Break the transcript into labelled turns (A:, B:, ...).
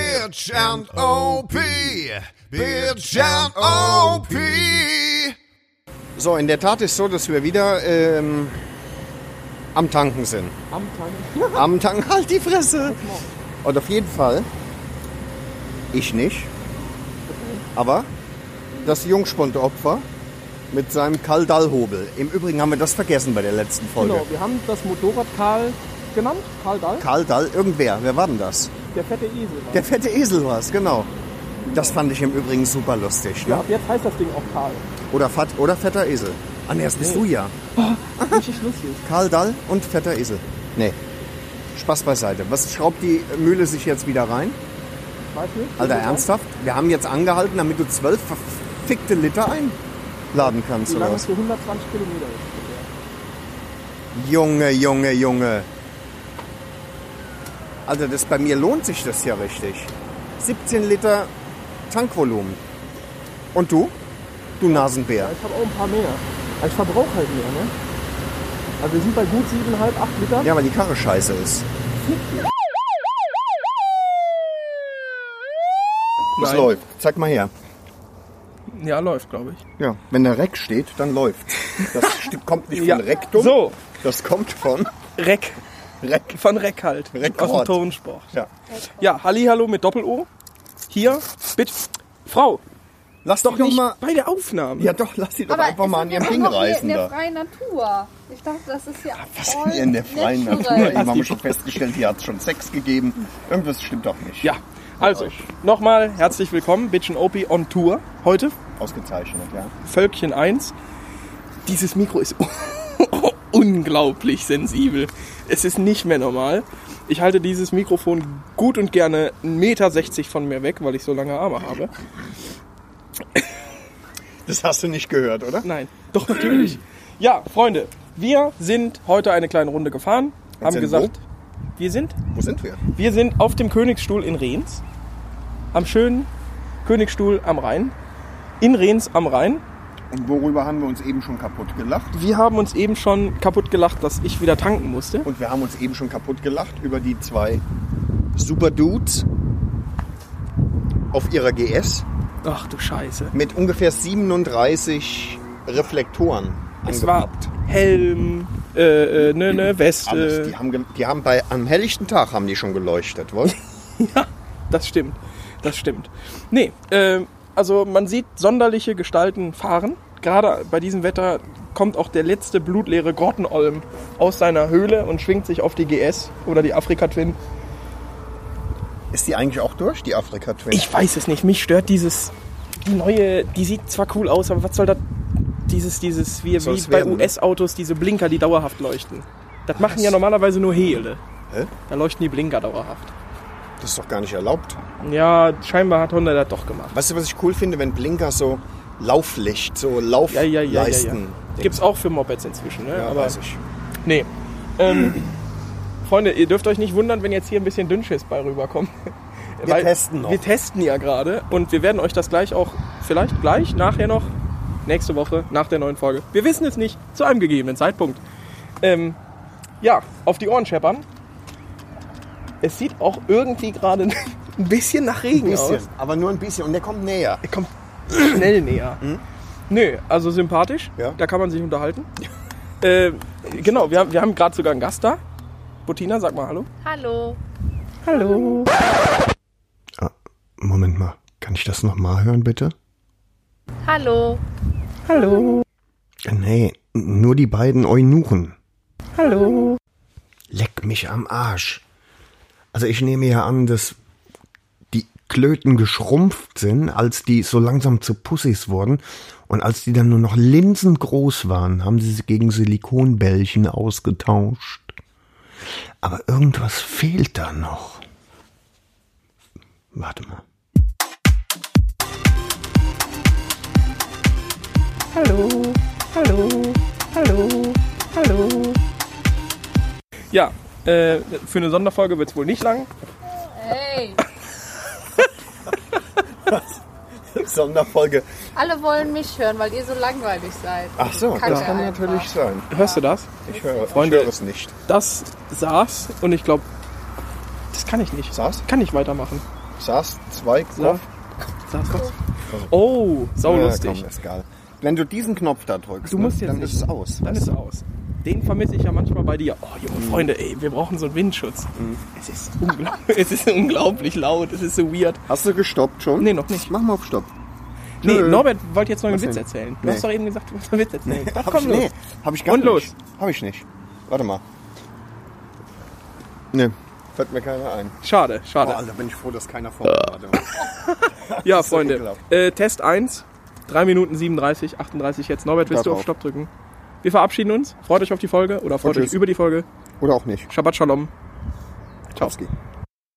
A: Bitch and OP. Bitch and OP.
B: So, in der Tat ist so, dass wir wieder ähm, am Tanken sind.
C: Am Tag.
B: Am Tanken, halt die Fresse! Und auf jeden Fall, ich nicht, aber das Jungspund-Opfer mit seinem Kaldallhobel. Im Übrigen haben wir das vergessen bei der letzten Folge.
C: Genau, wir haben das Motorrad Karl genannt. Karl Dahl.
B: Kaldall, irgendwer, wer war denn das?
C: Der fette Esel. War.
B: Der fette Esel war es, genau. Das fand ich im Übrigen super lustig. Ne?
C: Ab jetzt heißt das Ding auch Karl.
B: Oder, fat, oder fetter Esel. Ah, nee, das bist du ja.
C: Richtig lustig.
B: Karl Dall und fetter Esel. Nee. Spaß beiseite. Was schraubt die Mühle sich jetzt wieder rein?
C: Weiß nicht.
B: Alter,
C: Wie
B: ernsthaft? Wir haben jetzt angehalten, damit du zwölf verfickte Liter einladen kannst,
C: Wie
B: oder
C: lange es
B: was?
C: für 120 Kilometer ist.
B: Junge, Junge, Junge. Alter, das bei mir lohnt sich das ja richtig. 17 Liter Tankvolumen. Und du? Du Nasenbär.
C: Ja, ich habe auch ein paar mehr. Aber ich verbrauche halt mehr, ne? Also wir sind bei gut 7,5, 8 Liter.
B: Ja, weil die Karre scheiße ist. Das
D: Nein.
B: läuft. Zeig mal her.
D: Ja, läuft, glaube ich.
B: Ja, wenn der Reck steht, dann läuft. Das st- kommt nicht von Rektum,
D: So,
B: das kommt von
D: Reck.
B: Reck.
D: Von Reck halt.
B: Rekord.
D: Aus dem Turnsport.
B: Ja.
D: Ja, Hallihallo mit Doppel-O. Hier, bitte. Frau,
B: Lass doch
D: nicht
B: nochmal.
D: bei der Aufnahme.
B: Ja, doch, lass die doch einfach
E: es
B: mal
E: ist
B: an
E: ja
B: ihrem
E: doch
B: Ding
E: noch hier
B: reißen
E: In der
B: da. Ah,
E: freien Natur. Ich dachte, das ist ja
B: Was
E: all
B: denn hier in der freien
E: natural.
B: Natur? Eben haben wir schon festgestellt, hier hat es schon Sex gegeben. Irgendwas stimmt doch nicht.
D: Ja, also, nochmal herzlich willkommen, Bitchen OP on Tour. Heute,
B: Ausgezeichnet, ja.
D: Völkchen 1. Dieses Mikro ist unglaublich sensibel. Es ist nicht mehr normal. Ich halte dieses Mikrofon gut und gerne 1,60 Meter von mir weg, weil ich so lange Arme habe.
B: Das hast du nicht gehört, oder?
D: Nein, doch natürlich. Ja, Freunde, wir sind heute eine kleine Runde gefahren, haben
B: sind
D: gesagt, wir sind,
B: Wo sind wir?
D: wir sind auf dem Königsstuhl in Rehns, am schönen Königsstuhl am Rhein, in Rehns am Rhein.
B: Und worüber haben wir uns eben schon kaputt gelacht?
D: Wir haben uns eben schon kaputt gelacht, dass ich wieder tanken musste.
B: Und wir haben uns eben schon kaputt gelacht über die zwei Super Dudes auf ihrer GS
D: Ach du Scheiße.
B: mit ungefähr 37 Reflektoren
D: Es war
B: angepappt.
D: Helm, äh, äh, ne, ne,
B: Alles.
D: Weste.
B: Die haben, ge- die haben bei am helllichten Tag haben die schon geleuchtet, was?
D: Ja, das stimmt. Das stimmt. Nee, äh, also man sieht sonderliche Gestalten fahren. Gerade bei diesem Wetter kommt auch der letzte blutleere Grottenolm aus seiner Höhle und schwingt sich auf die GS oder die Afrika Twin.
B: Ist die eigentlich auch durch, die Afrika Twin?
D: Ich weiß es nicht. Mich stört dieses die neue. Die sieht zwar cool aus, aber was soll das? Dieses, dieses wie, wie
B: Soll's
D: bei
B: werden, ne?
D: US-Autos diese Blinker, die dauerhaft leuchten. Das machen ja normalerweise nur Hele.
B: Hä?
D: Da leuchten die Blinker dauerhaft.
B: Das ist doch gar nicht erlaubt.
D: Ja, scheinbar hat Honda das doch gemacht.
B: Weißt du, was ich cool finde, wenn Blinker so Lauflicht, so
D: Ja,
B: Laufleisten.
D: ja, ja, ja, ja. Gibt's auch für Mopeds inzwischen, ne?
B: Ja,
D: Aber
B: weiß ich.
D: nee. Ähm, Freunde, ihr dürft euch nicht wundern, wenn jetzt hier ein bisschen Dünnschiss bei rüberkommt.
B: Wir testen noch.
D: Wir testen ja gerade und wir werden euch das gleich auch vielleicht gleich nachher noch nächste Woche nach der neuen Folge. Wir wissen es nicht zu einem gegebenen Zeitpunkt. Ähm, ja, auf die Ohren scheppern. Es sieht auch irgendwie gerade ein bisschen nach Regen
B: Ein
D: aus.
B: bisschen, aber nur ein bisschen. Und der kommt näher.
D: Er kommt schnell näher. Nö, also sympathisch.
B: Hm? Ja.
D: Da kann man sich unterhalten. äh, genau, wir, haben- wir haben gerade sogar einen Gast da. Bettina, sag mal Hallo.
E: Hallo.
D: Hallo.
B: Moment mal, kann ich das nochmal hören, bitte?
E: Hallo.
D: Hallo.
B: Nee, nur die beiden Eunuchen.
D: Hallo.
B: Leck mich am Arsch. Also ich nehme ja an, dass die Klöten geschrumpft sind, als die so langsam zu Pussys wurden. Und als die dann nur noch linsengroß waren, haben sie sie gegen Silikonbällchen ausgetauscht. Aber irgendwas fehlt da noch. Warte mal.
D: Hallo. Hallo. Hallo. Hallo. Ja, äh, für eine Sonderfolge wird es wohl nicht lang.
E: Hey.
B: Sonderfolge.
E: Alle wollen mich hören, weil ihr so langweilig seid.
B: Ach so,
E: Kacke
B: das kann
E: einfach.
B: natürlich sein.
D: Hörst du das?
B: Ich höre,
D: Freunde.
B: ich höre es nicht.
D: Das saß und ich glaube, das kann ich nicht.
B: Saß?
D: Kann ich weitermachen.
B: Saß zwei Knopf.
D: Oh, sau lustig.
B: komm, ist egal. Wenn du diesen Knopf da drückst,
D: Du musst
B: ne,
D: jetzt
B: dann
D: nicht-
B: ist es aus.
D: Dann ist es aus. Den vermisse ich ja manchmal bei dir. Oh, junge
B: Mhm.
D: Freunde, ey, wir brauchen so einen Windschutz. Es, ist unglaub- es ist unglaublich laut, es ist so weird.
B: Hast du gestoppt schon?
D: Nee, noch nicht.
B: Mach mal auf Stopp.
D: Nee,
B: Nö.
D: Norbert wollte jetzt noch einen
B: Was
D: Witz
B: denn?
D: erzählen. Du
B: Nee.
D: hast doch eben gesagt, du musst einen Witz erzählen. Dann
B: Hab
D: komm
B: ich,
D: los.
B: nee, hab ich gar
D: Und
B: nicht.
D: los.
B: Hab ich nicht. Warte mal. Nee, fällt mir keiner ein.
D: Schade, schade.
B: Boah, Alter, bin ich froh, dass keiner vor mir war.
D: ja,
B: Oh, ist so
D: Freunde.
B: ekelhaft.
D: Äh, Test 1, 3 Minuten 37, 38 jetzt. Norbert, willst
B: Da
D: du auf
B: drauf.
D: Stopp drücken? Wir verabschieden uns. Freut euch auf die Folge oder freut
B: Und
D: euch
B: tschüss.
D: über die Folge.
B: Oder auch nicht.
D: Shabbat Shalom.
B: Tschowski.